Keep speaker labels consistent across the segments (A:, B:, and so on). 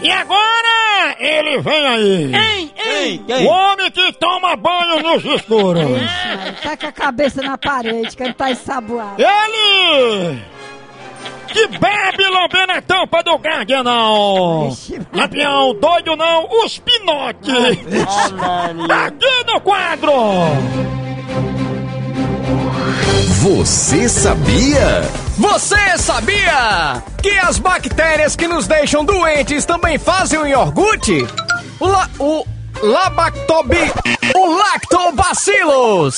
A: E agora ele vem aí.
B: Ei, ei,
A: O homem que toma banho nos escuros.
C: Tá com a cabeça na parede, que ele tá ensaboado.
A: Ele que bebe lambendo a tampa do Gardenal.
C: Ixi,
A: Lampião, doido não, os pinotes. Aqui no quadro.
D: Você sabia?
E: Você sabia que as bactérias que nos deixam doentes também fazem o iogurte? O, la, o labactobi... O lactobacillus!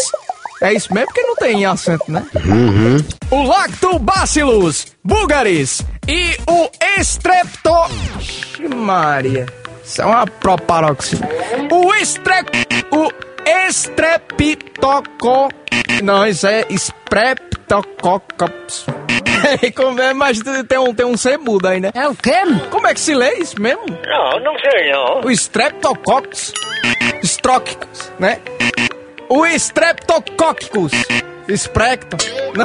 E: É isso mesmo porque não tem acento, né? O lactobacillus bulgaris e o estrepto... Ixi, Maria, isso é uma proparoxina. O estre... O estreptoco... Não, isso é estreptococcus. Como é, mas tem um, tem um C mudo aí, né?
C: É o quê?
E: Como é que se lê isso mesmo?
B: Não, não sei não.
E: O Streptococcus Strocicus, né? O Streptococcus Esprecto. Não.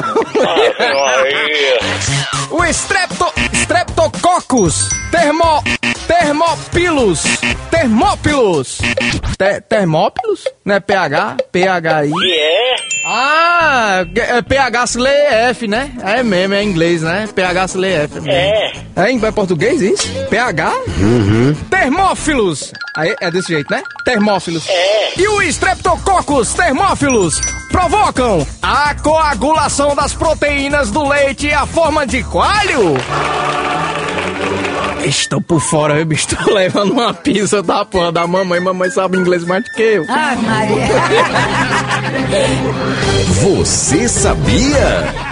E: o Strepto... Streptococcus Termo... Termopilus Termópilos Te, Termópilos? Não é PH? PHI
B: E é?
E: Ah, é PH se lê F, né? É mesmo, é em inglês, né? PH se lê F. mesmo.
B: É.
E: É em é português isso? PH? Uhum. Termófilos! Aí, é desse jeito, né? Termófilos.
B: É.
E: E o Streptococcus termófilos provocam a coagulação das proteínas do leite e a forma de coalho. Estou por fora, eu estou levando uma pizza da porra da mamãe. Mamãe sabe inglês mais do que eu.
C: Ai, Maria.
D: Você sabia?